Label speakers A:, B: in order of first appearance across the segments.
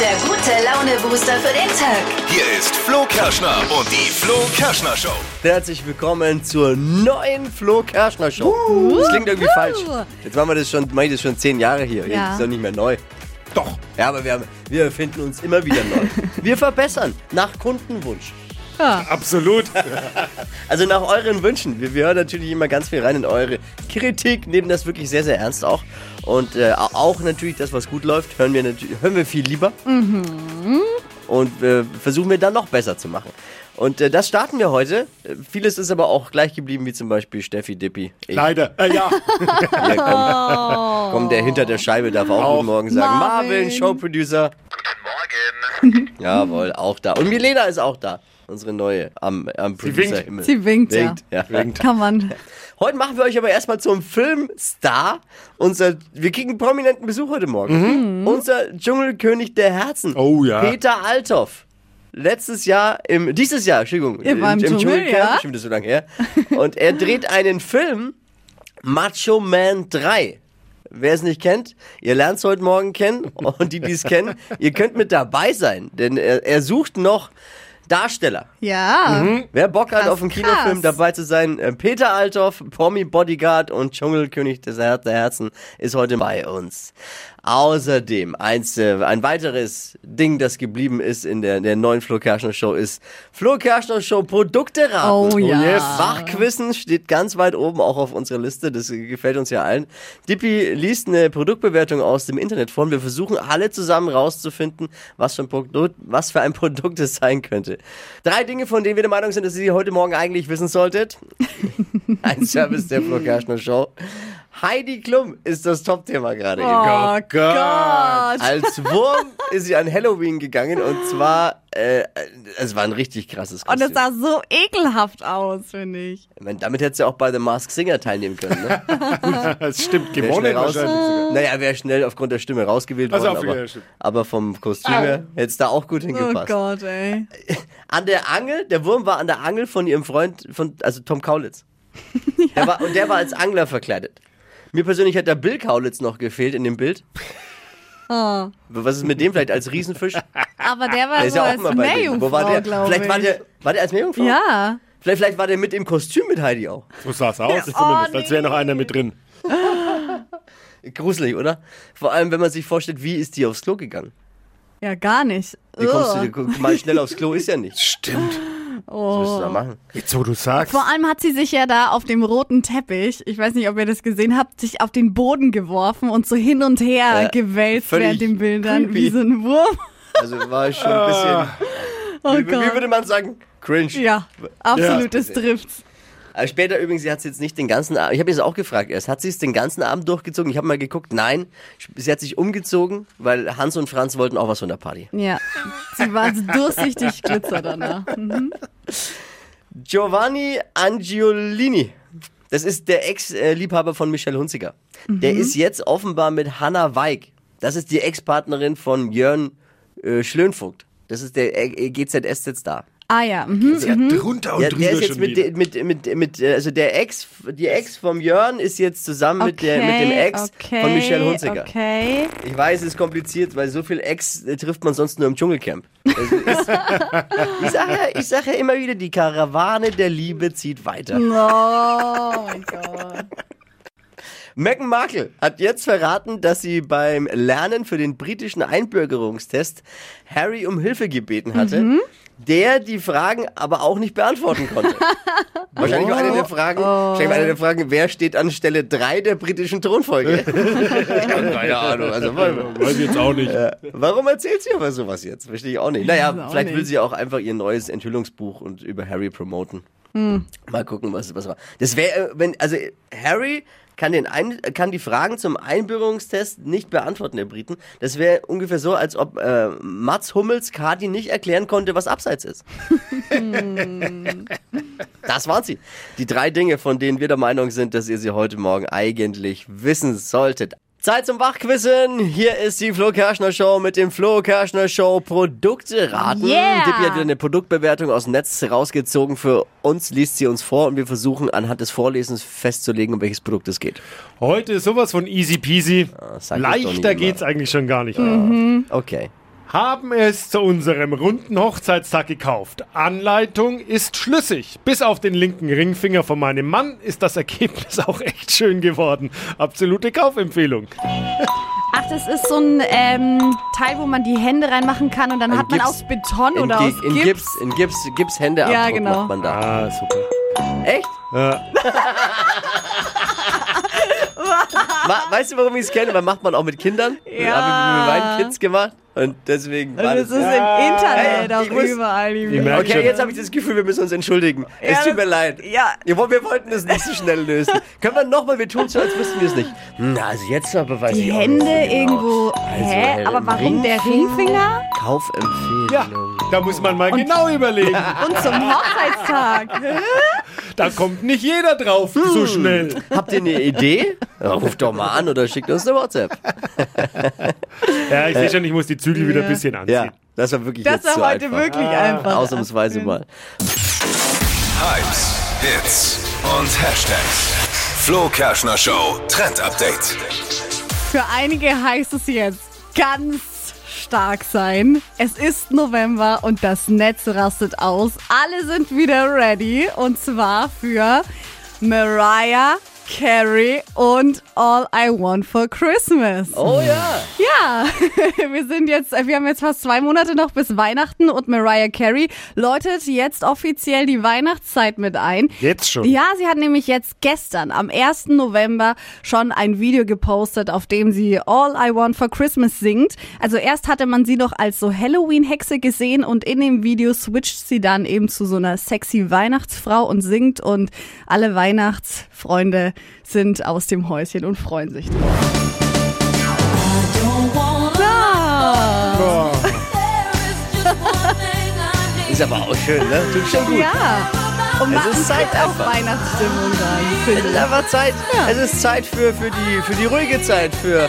A: der gute Laune-Booster für den Tag.
B: Hier ist Flo Kerschner und die Flo Kerschner Show.
C: Herzlich willkommen zur neuen Flo Kerschner Show. das klingt irgendwie falsch. Jetzt machen wir das schon, mach ich das schon zehn Jahre hier.
D: Ja.
C: Das ist doch nicht mehr neu. Doch. Ja, aber wir, haben, wir erfinden uns immer wieder neu. wir verbessern nach Kundenwunsch.
E: Absolut.
C: Also nach euren Wünschen. Wir, wir hören natürlich immer ganz viel rein in eure Kritik, nehmen das wirklich sehr, sehr ernst auch. Und äh, auch natürlich das, was gut läuft, hören wir, natürlich, hören wir viel lieber. Und äh, versuchen wir dann noch besser zu machen. Und äh, das starten wir heute. Äh, Vieles ist aber auch gleich geblieben, wie zum Beispiel Steffi Dippi. Ich,
E: Leider. Äh, ja.
C: ja, komm, komm, der hinter der Scheibe darf auch, guten Morgen sagen. Marvin,
D: Oh. Marvin.
C: Showproducer. Guten Morgen. Jawohl, auch da. Und Milena ist auch da. Unsere neue am, am
E: winkt.
C: Producer-Himmel.
D: Sie winkt, ja.
C: ja.
D: Kann man.
C: Heute machen wir euch aber erstmal zum Filmstar. Unser, wir kriegen einen prominenten Besuch heute Morgen.
D: Mhm.
C: Unser Dschungelkönig der Herzen.
E: Mhm. Oh ja.
C: Peter Althoff. Letztes Jahr, im, dieses Jahr, Entschuldigung,
D: Ihr war im Dschungel, ja?
C: Stimmt, das ist so lange her. Und er dreht einen Film, Macho Man 3. Wer es nicht kennt, ihr lernt es heute Morgen kennen. Und die, die es kennen, ihr könnt mit dabei sein. Denn er, er sucht noch Darsteller.
D: Ja.
C: Wer Bock hat,
D: Krass,
C: auf einen Kinofilm
D: krass.
C: dabei zu sein, äh, Peter Althoff, Promi Bodyguard und Dschungelkönig des Her der Herzen ist heute bei uns. Außerdem, eins, äh, ein weiteres Ding, das geblieben ist in der, der neuen Flo Kerschner Show, ist Flo Kerschner Show Produkte raten.
D: Oh ja.
E: yes.
C: Fachquissen steht ganz weit oben auch auf unserer Liste. Das äh, gefällt uns ja allen. Dippi liest eine Produktbewertung aus dem Internet vor und wir versuchen alle zusammen rauszufinden, was für ein Produkt, was für ein Produkt es sein könnte. Drei Dinge, von denen wir der Meinung sind, dass ihr sie heute Morgen eigentlich wissen solltet. Ein Service der Flo Kerschner Show. Heidi Klum ist das Topthema gerade. eben.
D: Oh
E: Gott.
D: Gott.
C: Als Wurm ist sie an Halloween gegangen und zwar, äh, es war ein richtig krasses
D: Und
C: Kostüm.
D: es sah so ekelhaft aus, finde ich.
C: Ich meine, damit hättest du ja auch bei The Mask Singer teilnehmen können, ne?
E: Das stimmt.
C: Wer
E: Gewonnen
C: schnell raus,
E: wahrscheinlich sogar.
C: naja, wäre schnell aufgrund der Stimme rausgewählt
E: Also
C: worden,
E: auf-
C: aber,
E: ja, stimmt.
C: aber vom Kostüm her hätte es da auch gut
D: Oh
C: hingepasst.
D: Gott,
C: Äh,
D: ey.
C: an der Angel, der Wurm war an der Angel von ihrem Freund, von, also Tom Kaulitz. der war, und der war als Angler verkleidet. Mir persönlich hat da Bill Kaulitz noch gefehlt in dem Bild.
D: Oh.
C: Was ist mit dem vielleicht als Riesenfisch?
D: Aber der war
C: Der ist
D: so
C: ja auch
D: als
C: immer bei denen. Wo war
D: Meerjungfrau,
C: der?
D: glaube ich.
C: Vielleicht war der, war der als Meerjungfrau?
D: Ja.
C: Vielleicht, vielleicht war der mit im Kostüm mit Heidi auch.
E: So sah es aus, zumindest.
D: Oh,
E: Als wäre noch einer mit drin.
C: Gruselig, oder? Vor allem, wenn man sich vorstellt, wie ist die aufs Klo gegangen?
D: Ja, gar nicht.
C: Wie kommst du
D: Ugh. Oh.
C: guck mal schnell aufs Klo? Ist ja nicht.
E: Stimmt.
C: Was willst du da machen?
E: Jetzt, wo du sagst.
D: Vor allem hat sie sich ja da auf dem roten Teppich, ich weiß nicht, ob ihr das gesehen habt, sich auf den Boden geworfen und so hin und her
C: Äh,
D: gewälzt
C: völlig
D: während den Bildern
C: creepy.
D: wie so ein Wurm.
C: Also war schon ein bisschen,
D: Oh
C: wie, wie
D: Gott.
C: würde man sagen, cringe.
D: Ja, absolut, das trifft's.
C: Aber Später übrigens, sie hat es jetzt nicht den ganzen Abend, ich habe jetzt auch gefragt erst, hat sie es den ganzen Abend durchgezogen? Ich habe mal geguckt, nein, sie hat sich umgezogen, weil Hans und Franz wollten auch was von der Party.
D: Ja, sie war so durchsichtig Glitzer danach. Mhm.
C: Giovanni Angiolini, das ist der Ex-Liebhaber von Michelle Hunziker.
D: Mhm.
C: Der ist jetzt offenbar mit Hanna Weig, das ist die Ex-Partnerin von Jörn äh, Schlönvogt. Das ist der E-, GZS-Star.
D: Ah ja, mhm.
E: ja, drunter und
C: Ja,
E: drüber
C: der ist jetzt
E: schon
C: mit,
E: wieder.
C: de- mit, mit, mit, äh, also der Ex, die Ex vom Jörn ist jetzt zusammen mit, der, mit dem
D: Okay,
C: Ex
D: okay,
C: von Michelle Hunziker.
D: Okay.
C: Ich weiß, es ist kompliziert, weil so viel Ex äh, trifft man sonst nur im Dschungelcamp. Also ist, ich sage ja, ich sag ja immer wieder, die Karawane der Liebe zieht weiter.
D: Oh mein Gott.
C: Meghan Markle hat jetzt verraten, dass sie beim Lernen für den britischen Einbürgerungstest Harry um Hilfe gebeten hatte, der die Fragen aber auch nicht beantworten konnte. wahrscheinlich war eine der Fragen, wahrscheinlich war eine der Fragen, wer steht an Stelle 3 der britischen Thronfolge? Ich hab Keine Ahnung, also
E: Weiß ich jetzt auch nicht.
C: Warum erzählt sie aber sowas jetzt? Verstehe ich auch nicht. Naja,
D: weiß auch
C: vielleicht will
D: nicht.
C: sie auch einfach ihr neues Enthüllungsbuch und über Harry promoten.
D: Hm.
C: Mal gucken, was, was war. Das wäre, äh, wenn, also äh, Harry kann, den Ein, äh, kann die Fragen zum Einbürgerungstest nicht beantworten, der Briten. Das wäre ungefähr so, als ob äh, Mats Hummels Kati nicht erklären konnte, was Abseits ist. das waren sie. Die drei Dinge, von denen wir der Meinung sind, dass ihr sie heute Morgen eigentlich wissen solltet. Zeit zum Wachquissen. Hier ist die Flo Kerschner Show mit dem Flo Kerschner Show Produkte raten.
D: Yeah.
C: Dippi hat wieder eine Produktbewertung aus dem Netz rausgezogen für uns, liest sie uns vor und wir versuchen anhand des Vorlesens festzulegen, um welches Produkt es geht.
E: Heute ist sowas von easy peasy.
C: Ah, das sagt jetzt doch
E: Leichter
C: niemand.
D: Mhm.
E: geht's eigentlich schon gar nicht.
C: Okay.
E: Haben es zu unserem runden Hochzeitstag gekauft. Anleitung ist schlüssig. Bis auf den linken Ringfinger von meinem Mann ist das Ergebnis auch echt schön geworden. Absolute Kaufempfehlung.
D: Ach, das ist so ein ähm, Teil, wo man die Hände reinmachen kann und dann
C: Ein
D: hat man
C: Gips.
D: aus Beton
C: In,
D: oder
C: Gi-
D: aus
C: in
D: Gips.
C: Gips, in Gips, Gips Hände
D: Ja, genau.
C: macht man da.
E: Ah, super.
C: Echt? Wa- Weißt du, warum ich es kenne? Weil macht man auch mit Kindern.
D: Ja.
C: Habe ich mit meinen Kids gemacht. Und deswegen war
D: Das ist
C: das.
D: im Internet
C: Ja, ich
D: auch
C: muss-
D: überall.
E: Ich merk
C: Okay, jetzt habe ich das Gefühl, wir müssen uns entschuldigen. es tut mir
D: das-
C: leid.
D: ja.
C: Wir, woll- wir wollten es nicht so schnell lösen. Können wir nochmal, wir tun so, als wüssten wir es nicht. Hm, also jetzt aber weiß
D: die
C: ich auch
D: Hände
C: nicht so genau.
D: irgendwo. Hä?
C: äh,
D: Aber warum der Ringfinger?
C: Kaufempfehlung.
E: Ja, da muss man mal genau überlegen.
D: Und zum Hochzeitstag.
E: Da kommt nicht jeder drauf
D: Hm.
E: so schnell.
C: Habt ihr eine Idee? Ja, ruft doch mal an oder schickt uns eine WhatsApp.
E: Ja, ich sehe schon, ich muss die Zügel wieder ein bisschen
C: Äh, Ja,
E: anziehen.
C: das war wirklich
D: Das
C: jetzt
D: war
C: zu
D: heute
C: einfach. Ah.
D: wirklich einfach.
C: Ausnahmsweise mal.
B: Hypes, Hits und Hashtags. Flo Kerschner Show Trend Update.
D: Für einige heißt es jetzt ganz stark sein. Es ist November und das Netz rastet aus. Alle sind wieder ready und zwar für Mariah Carey und All I Want for Christmas.
C: Oh ja.
D: Ja, wir sind jetzt, äh, wir haben jetzt fast zwei Monate noch bis Weihnachten und Mariah Carey läutet jetzt offiziell die Weihnachtszeit mit ein.
E: Jetzt schon.
D: Ja, sie hat nämlich jetzt gestern am 1. November schon ein Video gepostet, auf dem sie All I Want for Christmas singt. Also erst hatte man sie noch als so Halloween-Hexe gesehen und in dem Video switcht sie dann eben zu so einer sexy Weihnachtsfrau und singt und alle Weihnachtsfreunde sind aus dem Häuschen und freuen sich drauf. Ah,
C: Ist aber auch schön, ne? Tut schon gut.
D: ja. Und
C: Es
D: man
C: ist Zeit
D: kriegt auch
C: einfach.
D: Weihnachtsstimmung dann,
C: Es
D: finde
C: ist
D: ich.
C: einfach Zeit. Es ist Zeit für, für, die, für die ruhige Zeit, für,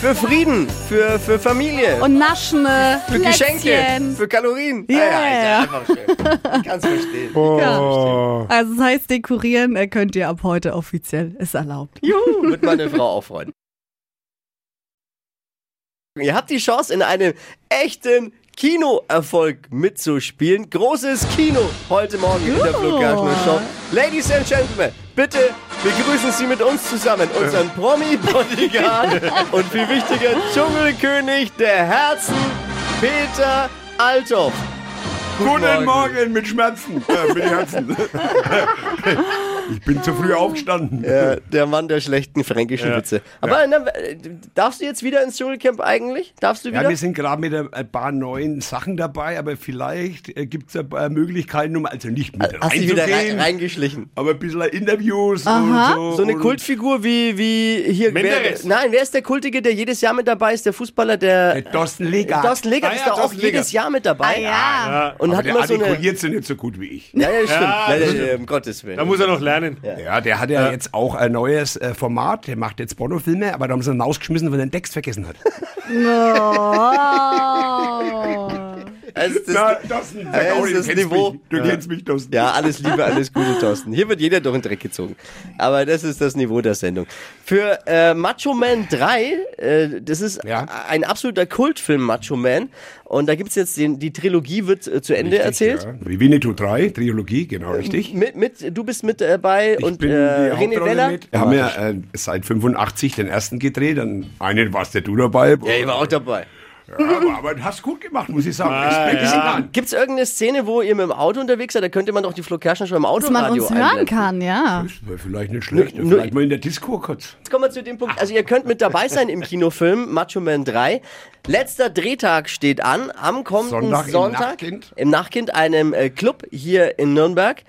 C: für Frieden, für, für Familie,
D: Und naschende
C: für Geschenke,
D: Plätzchen.
C: für Kalorien. Ah
D: Ja, ja.
C: ist einfach schön. Ich kann's verstehen.
E: Oh.
D: Also das heißt, dekorieren äh, könnt ihr ab heute offiziell. Ist erlaubt.
C: Juhu, wird meine Frau auch freuen. Ihr habt die Chance, in einem echten Kinoerfolg mitzuspielen. Großes Kino heute Morgen in der Flo Kerschner Show. Ladies and Gentlemen, bitte begrüßen Sie mit uns zusammen unseren Promi-Bodyguard und viel wichtiger Dschungelkönig der Herzen, Peter Althoff.
F: Guten Morgen mit Schmerzen, äh, mit Herzen. ich bin zu früh aufgestanden.
C: Ja, Äh, der Mann der schlechten fränkischen
E: Ja.
C: Witze. Aber na, äh, darfst du jetzt wieder ins Dschungelcamp eigentlich? Darfst du wieder?
F: Ja, wir sind gerade mit ein paar neuen Sachen dabei, aber vielleicht äh, gibt es ein paar Möglichkeiten, um also nicht mit
C: Äh, Hast dich wieder rein,
F: reinzugehen,
C: reingeschlichen.
F: aber ein bisschen Interviews
D: Aha.
F: und so.
C: So eine
F: und-
C: Kultfigur wie, wie hier. Wer,
E: Menderes.
C: nein, wer ist der Kultige, der jedes Jahr mit dabei ist? Der Fußballer, der.
F: Äh, Thorsten Legert.
C: Thorsten Legert
F: Ah,
C: ist
F: ja,
C: da auch
F: Thorsten Legert.
C: jedes Jahr mit dabei.
E: Ja,
C: Und
F: Aber
C: hat
F: der
C: immer so eine.
F: artikuliert also, sie nicht so gut wie ich.
C: Ja, ja, stimmt.
E: Ja,
C: Ja, ja,
E: das
C: ja, um Gottes Willen.
E: da muss er noch lernen.
F: Ja, der hat ja jetzt auch ein neues äh, Format, der macht jetzt Pornofilme, aber da haben sie ihn rausgeschmissen, weil er den Text vergessen hat.
D: Oh.
C: also, das,
F: Thorsten,
C: Ja, ist das Niveau.
F: mich, du kennst mich, Thorsten.
C: Ja, alles Liebe, alles Gute, Thorsten. Hier wird jeder durch den Dreck gezogen. Aber das ist das Niveau der Sendung. Für äh, Macho Man 3, äh, das ist
F: Ja.
C: ein absoluter Kultfilm, Macho Man. Und da gibt's jetzt den, die Trilogie wird äh, zu Ende erzählt.
F: Ja. Wie Winnetou 3, Trilogie, genau richtig.
C: Mit, mit, du bist mit dabei
F: Ich
C: und
F: bin
C: äh,
F: die
C: René
F: Hauptrolle
C: Weller.
F: mit. Wir haben ja äh, seit 85 den ersten gedreht, dann einen warst ja du dabei.
C: Ja, ich war auch dabei.
F: Ja, aber, aber hast gut gemacht, muss ich sagen. Respekt
E: ja.
F: ist an.
C: Gibt's irgendeine Szene, wo ihr mit dem Auto unterwegs seid? Da könnte man doch die Flo Kerschner schon im
D: Dass man
C: Autoradio
D: uns hören
C: einblenden.
D: kann, ja.
F: Das wäre vielleicht nicht schlecht.
C: Nur-
F: vielleicht mal in der Disco kurz.
C: Jetzt kommen wir zu dem Punkt. Also ihr könnt mit dabei sein im Kinofilm Macho Man 3. Letzter Drehtag steht an. Am kommenden
F: Sonntag
C: Sonntag,
F: im Nachtkind.
C: im Nachtkind, einem äh, Club hier in Nürnberg.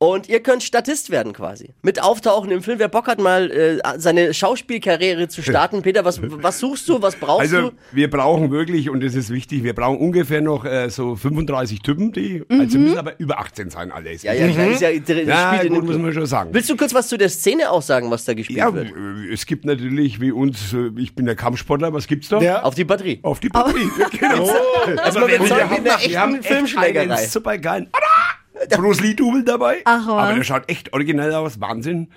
C: Und ihr könnt Statist werden quasi. Mit auftauchen im Film. Wer Bock hat, mal äh, seine Schauspielkarriere zu starten. Peter, was, was suchst du? Was brauchst
F: Also
C: du?
F: wir brauchen wirklich, und das ist wichtig, wir brauchen ungefähr noch äh, so 35 Typen, die, also müssen aber über 18 sein alle.
C: Mhm. Ja, ja, klar, ist ja, das spielt
F: Mhm. ja
C: in
F: gut,
C: dem
F: muss
C: Club.
F: man schon sagen.
C: Willst du kurz was zu der Szene auch sagen, was da gespielt
F: Ja,
C: wird?
F: äh, es gibt natürlich, wie uns, äh, ich bin der Kampfsportler, was gibt's da?
E: Ja.
C: Auf die Batterie.
F: Auf die Batterie, genau.
C: Also man wird
F: Und
C: Zeug
F: wir
C: mit
F: haben,
C: einer
F: wir haben
C: echten
F: echt einen
C: Filmschlägerei.
F: super geilen Bruce Lee Double dabei.
D: Ach, was.
F: aber der schaut echt originell aus, Wahnsinn.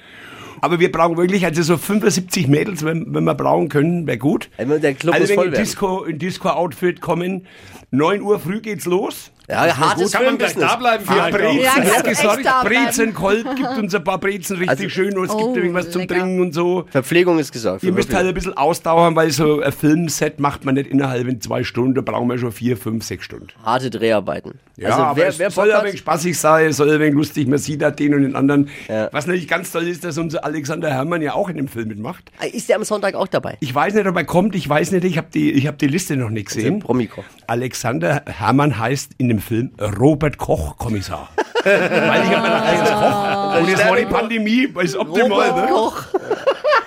G: Aber wir brauchen wirklich, also so 75 Mädels, wenn, wenn wir brauchen können, wäre gut.
C: Also der Club muss
G: also
C: voll
G: wenn
C: werden.
G: Disco, in Disco-Outfit kommen, 9 Uhr früh geht's los.
C: Ja, hartes
E: Kann man gleich
C: Filmbusiness.
E: da bleiben
C: Ah,
E: vielleicht
G: Brezen,
D: Ja,
E: auch.
G: ich hab
D: kannst du echt
G: gesagt,
D: da bleiben.
G: Brezen, Colt, gibt uns ein paar Brezen richtig
C: Also-
G: schön und es
D: Oh,
G: gibt irgendwas zum
D: lecker.
G: Trinken und so.
C: Verpflegung ist gesagt.
G: Ihr müsst halt
C: Verpflegung.
G: ein bisschen ausdauern, weil so ein Filmset macht man nicht innerhalb in zwei Stunden, da brauchen wir schon vier, fünf, sechs Stunden.
C: Harte Dreharbeiten. Also,
G: Ja, aber
C: wer,
G: es
C: wer
G: soll
C: Bock
G: ein
C: hat,
G: wenig spaßig sein, es soll ein wenig lustig, man sieht da den und den anderen.
C: Ja.
G: Was natürlich ganz toll ist, dass unser Alexander Herrmann ja auch in dem Film mitmacht.
C: Ah, ist der am Sonntag auch dabei?
G: Ich weiß nicht, ob er kommt, ich weiß nicht, ich habe die, ich hab die Liste noch nicht
C: Der
G: gesehen.
C: Promikoch.
G: Alexander Herrmann heißt in dem Film Robert Koch Kommissar. Weil ich habe gedacht, er ist Koch.
C: Also
G: Und jetzt war die Pandemie, ist optimal. Ne?
C: Koch.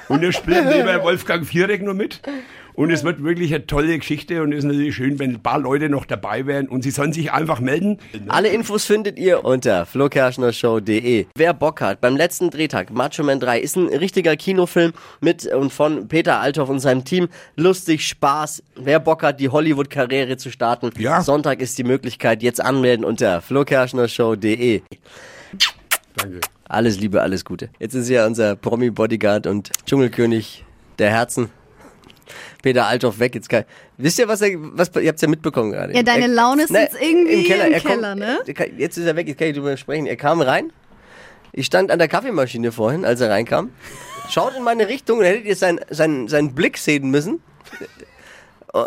G: Und er spielt neben Wolfgang Viereck noch mit. Und es wird wirklich eine tolle Geschichte und es ist natürlich schön, wenn ein paar Leute noch dabei wären und sie sollen sich einfach melden.
C: Alle Infos findet ihr unter flokerschnershow.de. Wer Bock hat, beim letzten Drehtag, Macho Man 3, ist ein richtiger Kinofilm mit und von Peter Althoff und seinem Team. Lustig, Spaß. Wer Bock hat, die Hollywood-Karriere zu starten.
G: Ja.
C: Sonntag ist die Möglichkeit. Jetzt anmelden unter flokerschnershow.de.
G: Danke.
C: Alles Liebe, alles Gute. Jetzt ist ja unser Promi-Bodyguard und Dschungelkönig der Herzen. Peter Althoff weg. Jetzt kann, wisst ihr, was er, was, ihr habt's ja mitbekommen gerade.
D: Ja, deine
C: Er-
D: Laune ist jetzt irgendwie im
C: Er kommt-
D: Keller, ne?
C: er kann- Jetzt ist er weg, jetzt kann ich drüber sprechen. Er kam rein. Ich stand an der Kaffeemaschine vorhin, als er reinkam. Schaut in meine Richtung und hättet ihr seinen, seinen, seinen Blick sehen müssen.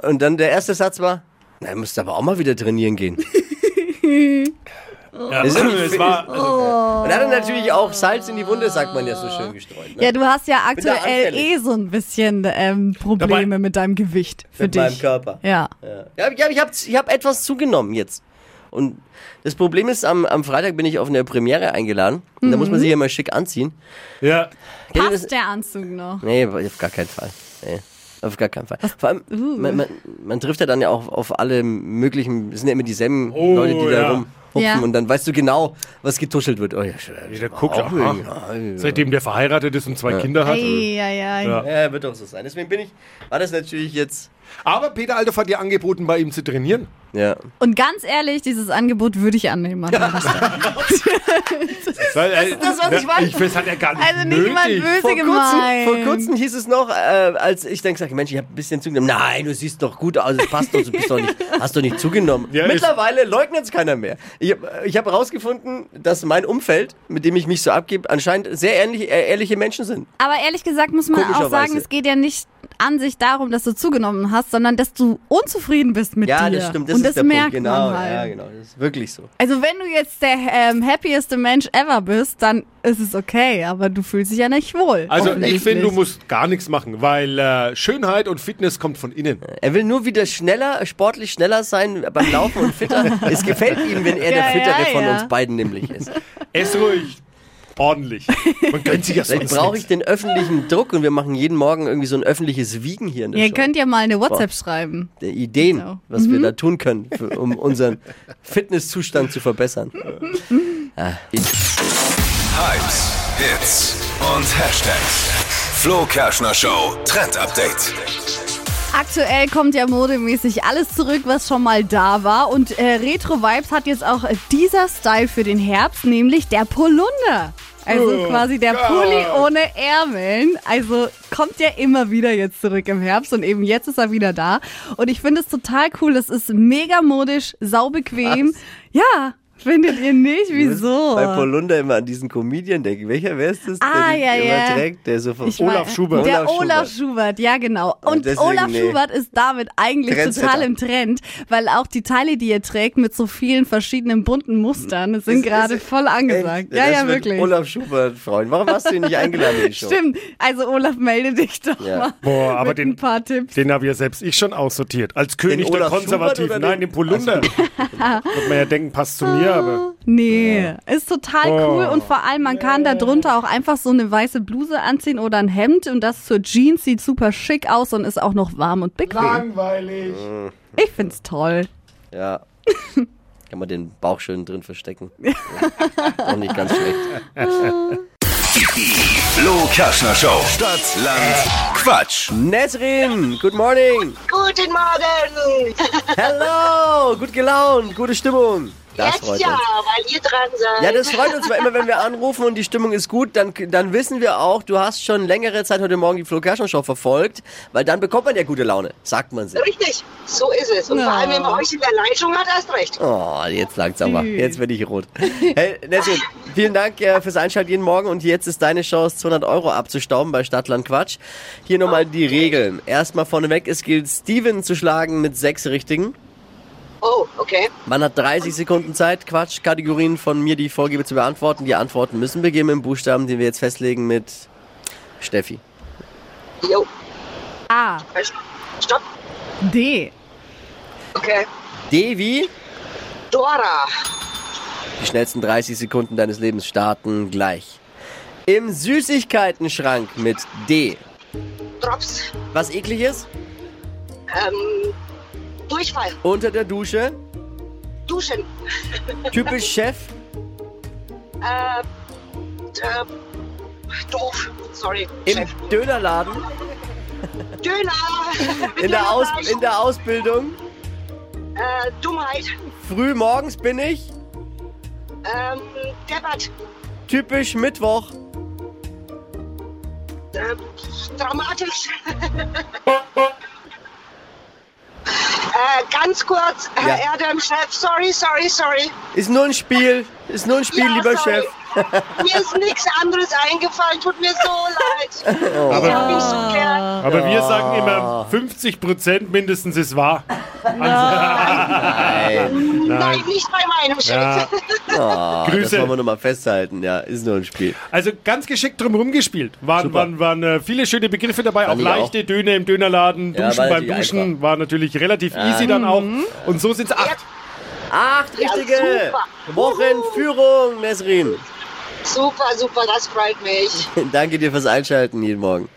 C: Und dann der erste Satz war, na, er müsste aber auch mal wieder trainieren gehen.
E: Ja, es war,
C: Und er hat er natürlich auch Salz in die Wunde, sagt man ja so schön gestreut. Ne?
D: Ja, du hast ja
C: da
D: aktuell
C: anfällig.
D: eh so ein bisschen ähm, Probleme
E: Dabei-
D: mit deinem Gewicht für
C: Mit
D: dich.
C: meinem Körper.
D: Ja.
C: Ja, ja ich habe ich hab etwas zugenommen jetzt. Und das Problem ist, am, am Freitag bin ich auf eine Premiere eingeladen. Und da muss man sich ja mal schick anziehen.
E: ja.
C: Kennt ihr
D: Mhm. Passt der Anzug noch?
C: Nee, auf gar keinen Fall. Nee. Auf gar keinen Fall. Vor allem,
D: Uh.
C: man, man, man trifft ja dann ja auch auf alle möglichen, es sind ja immer dieselben
E: Oh,
C: Leute, die da
E: ja.
C: rumhupfen
D: Ja.
C: und dann weißt du genau, was getuschelt wird. Oh, ja, schön.
E: Jeder guckt auch.
C: Ja,
E: Seitdem der verheiratet ist und zwei Kinder hat.
D: Ei, ei, ei.
E: Ja.
C: ja, wird doch so sein. Deswegen bin ich, war das natürlich jetzt,
E: Aber Peter Althoff hat dir angeboten, bei ihm zu trainieren.
C: ja.
D: Und ganz ehrlich, dieses Angebot würde ich annehmen. an deiner Stelle.
E: Weil, das ist
D: das, was ich wollte.
E: Ich finde, das hat er gar nicht
D: Also nicht
E: nötig.
D: mal böse
C: Vor kurzem,
D: gemeint.
C: vor kurzem hieß es noch, äh, als ich dann gesagt habe, Mensch, ich habe ein bisschen zugenommen. Nein, du siehst doch gut aus, es passt doch, du bist doch nicht, hast doch nicht zugenommen.
E: Ja,
C: Mittlerweile leugnet es keiner mehr. Ich habe ich hab herausgefunden, dass mein Umfeld, mit dem ich mich so abgebe, anscheinend sehr ehrlich, äh, ehrliche Menschen sind.
D: Aber ehrlich gesagt muss man auch sagen,
C: Komischerweise.
D: es geht ja nicht an sich darum, dass du zugenommen hast, sondern dass du unzufrieden bist mit
C: Ja,
D: dir.
C: das stimmt, das
D: Und
C: ist
D: das
C: der
D: merkt
C: Punkt. Genau,
D: man halt.
C: ja, genau, das ist wirklich so.
D: Also wenn du jetzt der ähm, happieste Mensch ever bist, dann ist es okay, aber du fühlst dich ja nicht wohl.
E: Also ich finde, du
D: offensichtlich.
E: musst gar nichts machen, weil äh, Schönheit und Fitness kommt von innen.
C: Er will nur wieder schneller, sportlich schneller sein beim Laufen und fitter. es gefällt ihm, wenn er der
D: Ja,
C: Fittere
D: ja,
C: von
D: ja.
C: uns beiden nämlich ist.
E: Ess ruhig. Ordentlich. Man gönnt sich ja
C: Vielleicht
E: sonst
C: brauche
E: nichts.
C: ich den öffentlichen Druck und wir machen jeden Morgen irgendwie so ein öffentliches Wiegen hier in der
D: Ihr
C: Show.
D: könnt ja mal eine WhatsApp schreiben.
C: der äh, Ideen,
D: Genau.
C: was wir da tun können, für, um unseren Fitnesszustand zu verbessern. Ah, ich-
B: Hypes, Hits und Hashtags. Flo Kerschner Show Trend Update.
D: Aktuell kommt ja modemäßig alles zurück, was schon mal da war. Und äh, Retro Vibes hat jetzt auch äh, dieser Style für den Herbst, nämlich der Polunder. Also
C: Oh
D: quasi der Pulli ohne Ärmeln. Also kommt ja immer wieder jetzt zurück im Herbst und eben jetzt ist er wieder da. Und ich finde es total cool. Das ist mega modisch, saubequem. Ja, findet ihr nicht? Wieso?
C: Bei Polunder immer an diesen Comedian denken. Welcher wäre es das,
D: Ah,
C: der
D: ja,
C: immer
D: ja.
C: trägt? Der so von
D: Ich
E: Olaf
D: weiß-
E: Schubert.
D: Der
C: Olaf
D: Olaf,
C: Schubert.
D: Schubert. ja genau. Und
C: deswegen,
D: Olaf
C: nee.
D: Schubert ist damit eigentlich
C: Trendsetter.
D: total im Trend, weil auch die Teile, die er trägt, mit so vielen verschiedenen bunten Mustern sind
C: Ist-
D: gerade
C: ist-
D: voll angesagt.
C: Echt?
D: ja,
C: Das
D: ja,
C: wird
D: wirklich.
C: Olaf Schubert freuen. Warum hast du ihn nicht eingeladen in die Show?
D: Stimmt. Also Olaf, melde dich doch
C: Ja.
D: mal
E: Boah, aber
D: mit
E: den-
D: ein paar Tipps.
E: Den habe ja selbst ich schon aussortiert. Als König
C: Den
E: der
C: Olaf Schubert
E: Konservativen.
C: oder den- Also-
E: Nein, den Polunder. Wird man ja denken, passt zu mir, aber.
D: Nee, ist total
E: Oh.
D: cool und vor allem, man kann da drunter auch einfach so eine weiße Bluse anziehen oder ein Hemd und das zur Jeans sieht super schick aus und ist auch noch warm und bequem.
E: Langweilig.
C: Hm.
D: Ich find's toll.
C: Ja. Kann man den Bauch schön drin verstecken. Ja. Auch nicht ganz schlecht.
B: Die Flo Kerschner Show. Stadt, Land, Quatsch.
C: Nesrin, good morning.
H: Guten Morgen!
C: Hello, gut gelaunt, gute Stimmung. Das freut
H: Jetzt ja,
C: uns.
H: weil ihr dran seid.
C: Ja, das freut uns, weil immer wenn wir anrufen und die Stimmung ist gut, dann, dann wissen wir auch, du hast schon längere Zeit heute Morgen die Flo Kerschner Show verfolgt, weil dann bekommt man ja gute Laune, sagt man sich.
H: Richtig, so ist es. Und vor allem, wenn man euch in der Leitung hat, erst recht.
C: Oh, jetzt langsam mal. Jetzt bin ich rot. Hey, Nessun, vielen Dank äh, fürs Einschalten jeden Morgen und jetzt ist deine Chance, 200 Euro abzustauben bei Stadtland Quatsch. Hier nochmal die Regeln. Erstmal vorneweg, es gilt Steven zu schlagen mit sechs Richtigen.
H: Oh, okay.
C: Man hat 30 Sekunden Zeit, Quatschkategorien von mir, die ich vorgebe, zu beantworten. Die Antworten müssen beginnen mit dem Buchstaben, den wir jetzt festlegen mit Steffi.
H: Jo,
D: A.
H: stopp.
D: D.
H: Okay.
C: D wie?
H: Dora.
C: Die schnellsten 30 Sekunden deines Lebens starten gleich. Im Süßigkeitenschrank mit D.
H: Drops.
C: Was eklig ist?
H: Ähm, Durchfall.
C: Unter der Dusche.
H: Duschen.
C: Typisch Chef.
H: Äh, äh, doof. Sorry.
C: Im
H: Chef.
C: Dönerladen.
H: Döner.
C: In der, Aus in der Ausbildung.
H: Äh, Dummheit.
C: Früh morgens bin ich.
H: Ähm, Deppert.
C: Typisch Mittwoch.
H: Äh, dramatisch. äh, ganz kurz, Herr
C: Ja.
H: Erdem, Chef. Sorry, sorry, sorry.
C: Ist nur ein Spiel. Ist nur ein Spiel,
H: Ja,
C: lieber
H: sorry.
C: Chef.
H: Mir ist nichts anderes eingefallen. Tut mir so leid.
C: Oh.
E: Aber,
H: Ich hab mich so gern.
E: aber wir sagen immer, 50% mindestens ist wahr.
H: Nein, nicht bei meinem Chef.
C: Ah,
E: Ja.
C: Das wollen wir
E: Grüße.
C: nur mal festhalten. Ja, ist nur ein Spiel.
E: Also ganz geschickt drumherum gespielt. Waren,
C: Super.
E: waren, waren äh, viele schöne Begriffe dabei, auch
C: Fand ich auch.
E: leichte Döner im Dönerladen,
C: Ja,
E: Duschen
C: war
E: beim
C: natürlich
E: Duschen,
C: einfach. Ähm.
E: war natürlich relativ easy dann auch. Und so sind es acht.
C: Acht
H: Ja,
C: richtige.
H: super.
C: Wochenführung, Nesrin.
H: Super, super, das freut mich.
C: Danke dir fürs Einschalten jeden Morgen.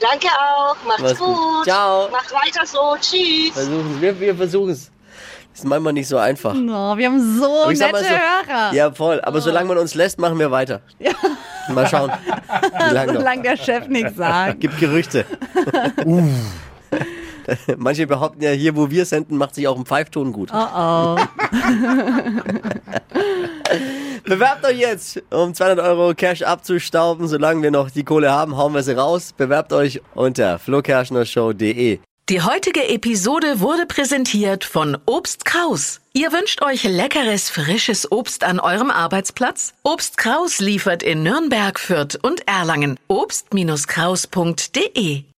H: Danke auch. Macht's
C: Mach's gut.
H: gut.
C: Ciao.
H: Macht weiter so. Tschüss.
C: Versuchen's. Wir, wir versuchen es. Ist manchmal nicht so einfach.
D: No, Oh, wir haben so
C: Aber ich
D: nette
C: sag mal so-
D: Hörer.
C: Ja, voll. Aber solange man uns lässt, machen wir weiter. Mal schauen. Wie lange noch.
D: Solange der Chef nichts sagt.
C: Gibt Gerüchte.
D: Uh.
C: Manche behaupten ja, hier, wo wir senden, macht sich auch ein Pfeifton gut.
D: Oh oh.
C: Bewerbt euch jetzt, um 200 Euro Cash abzustauben. Solange wir noch die Kohle haben, hauen wir sie raus. Bewerbt euch unter flokerschnershow.de.
I: Die heutige Episode wurde präsentiert von Obst Kraus. Ihr wünscht euch leckeres, frisches Obst an eurem Arbeitsplatz? Obst Kraus liefert in Nürnberg, Fürth und Erlangen. Obst-Kraus.de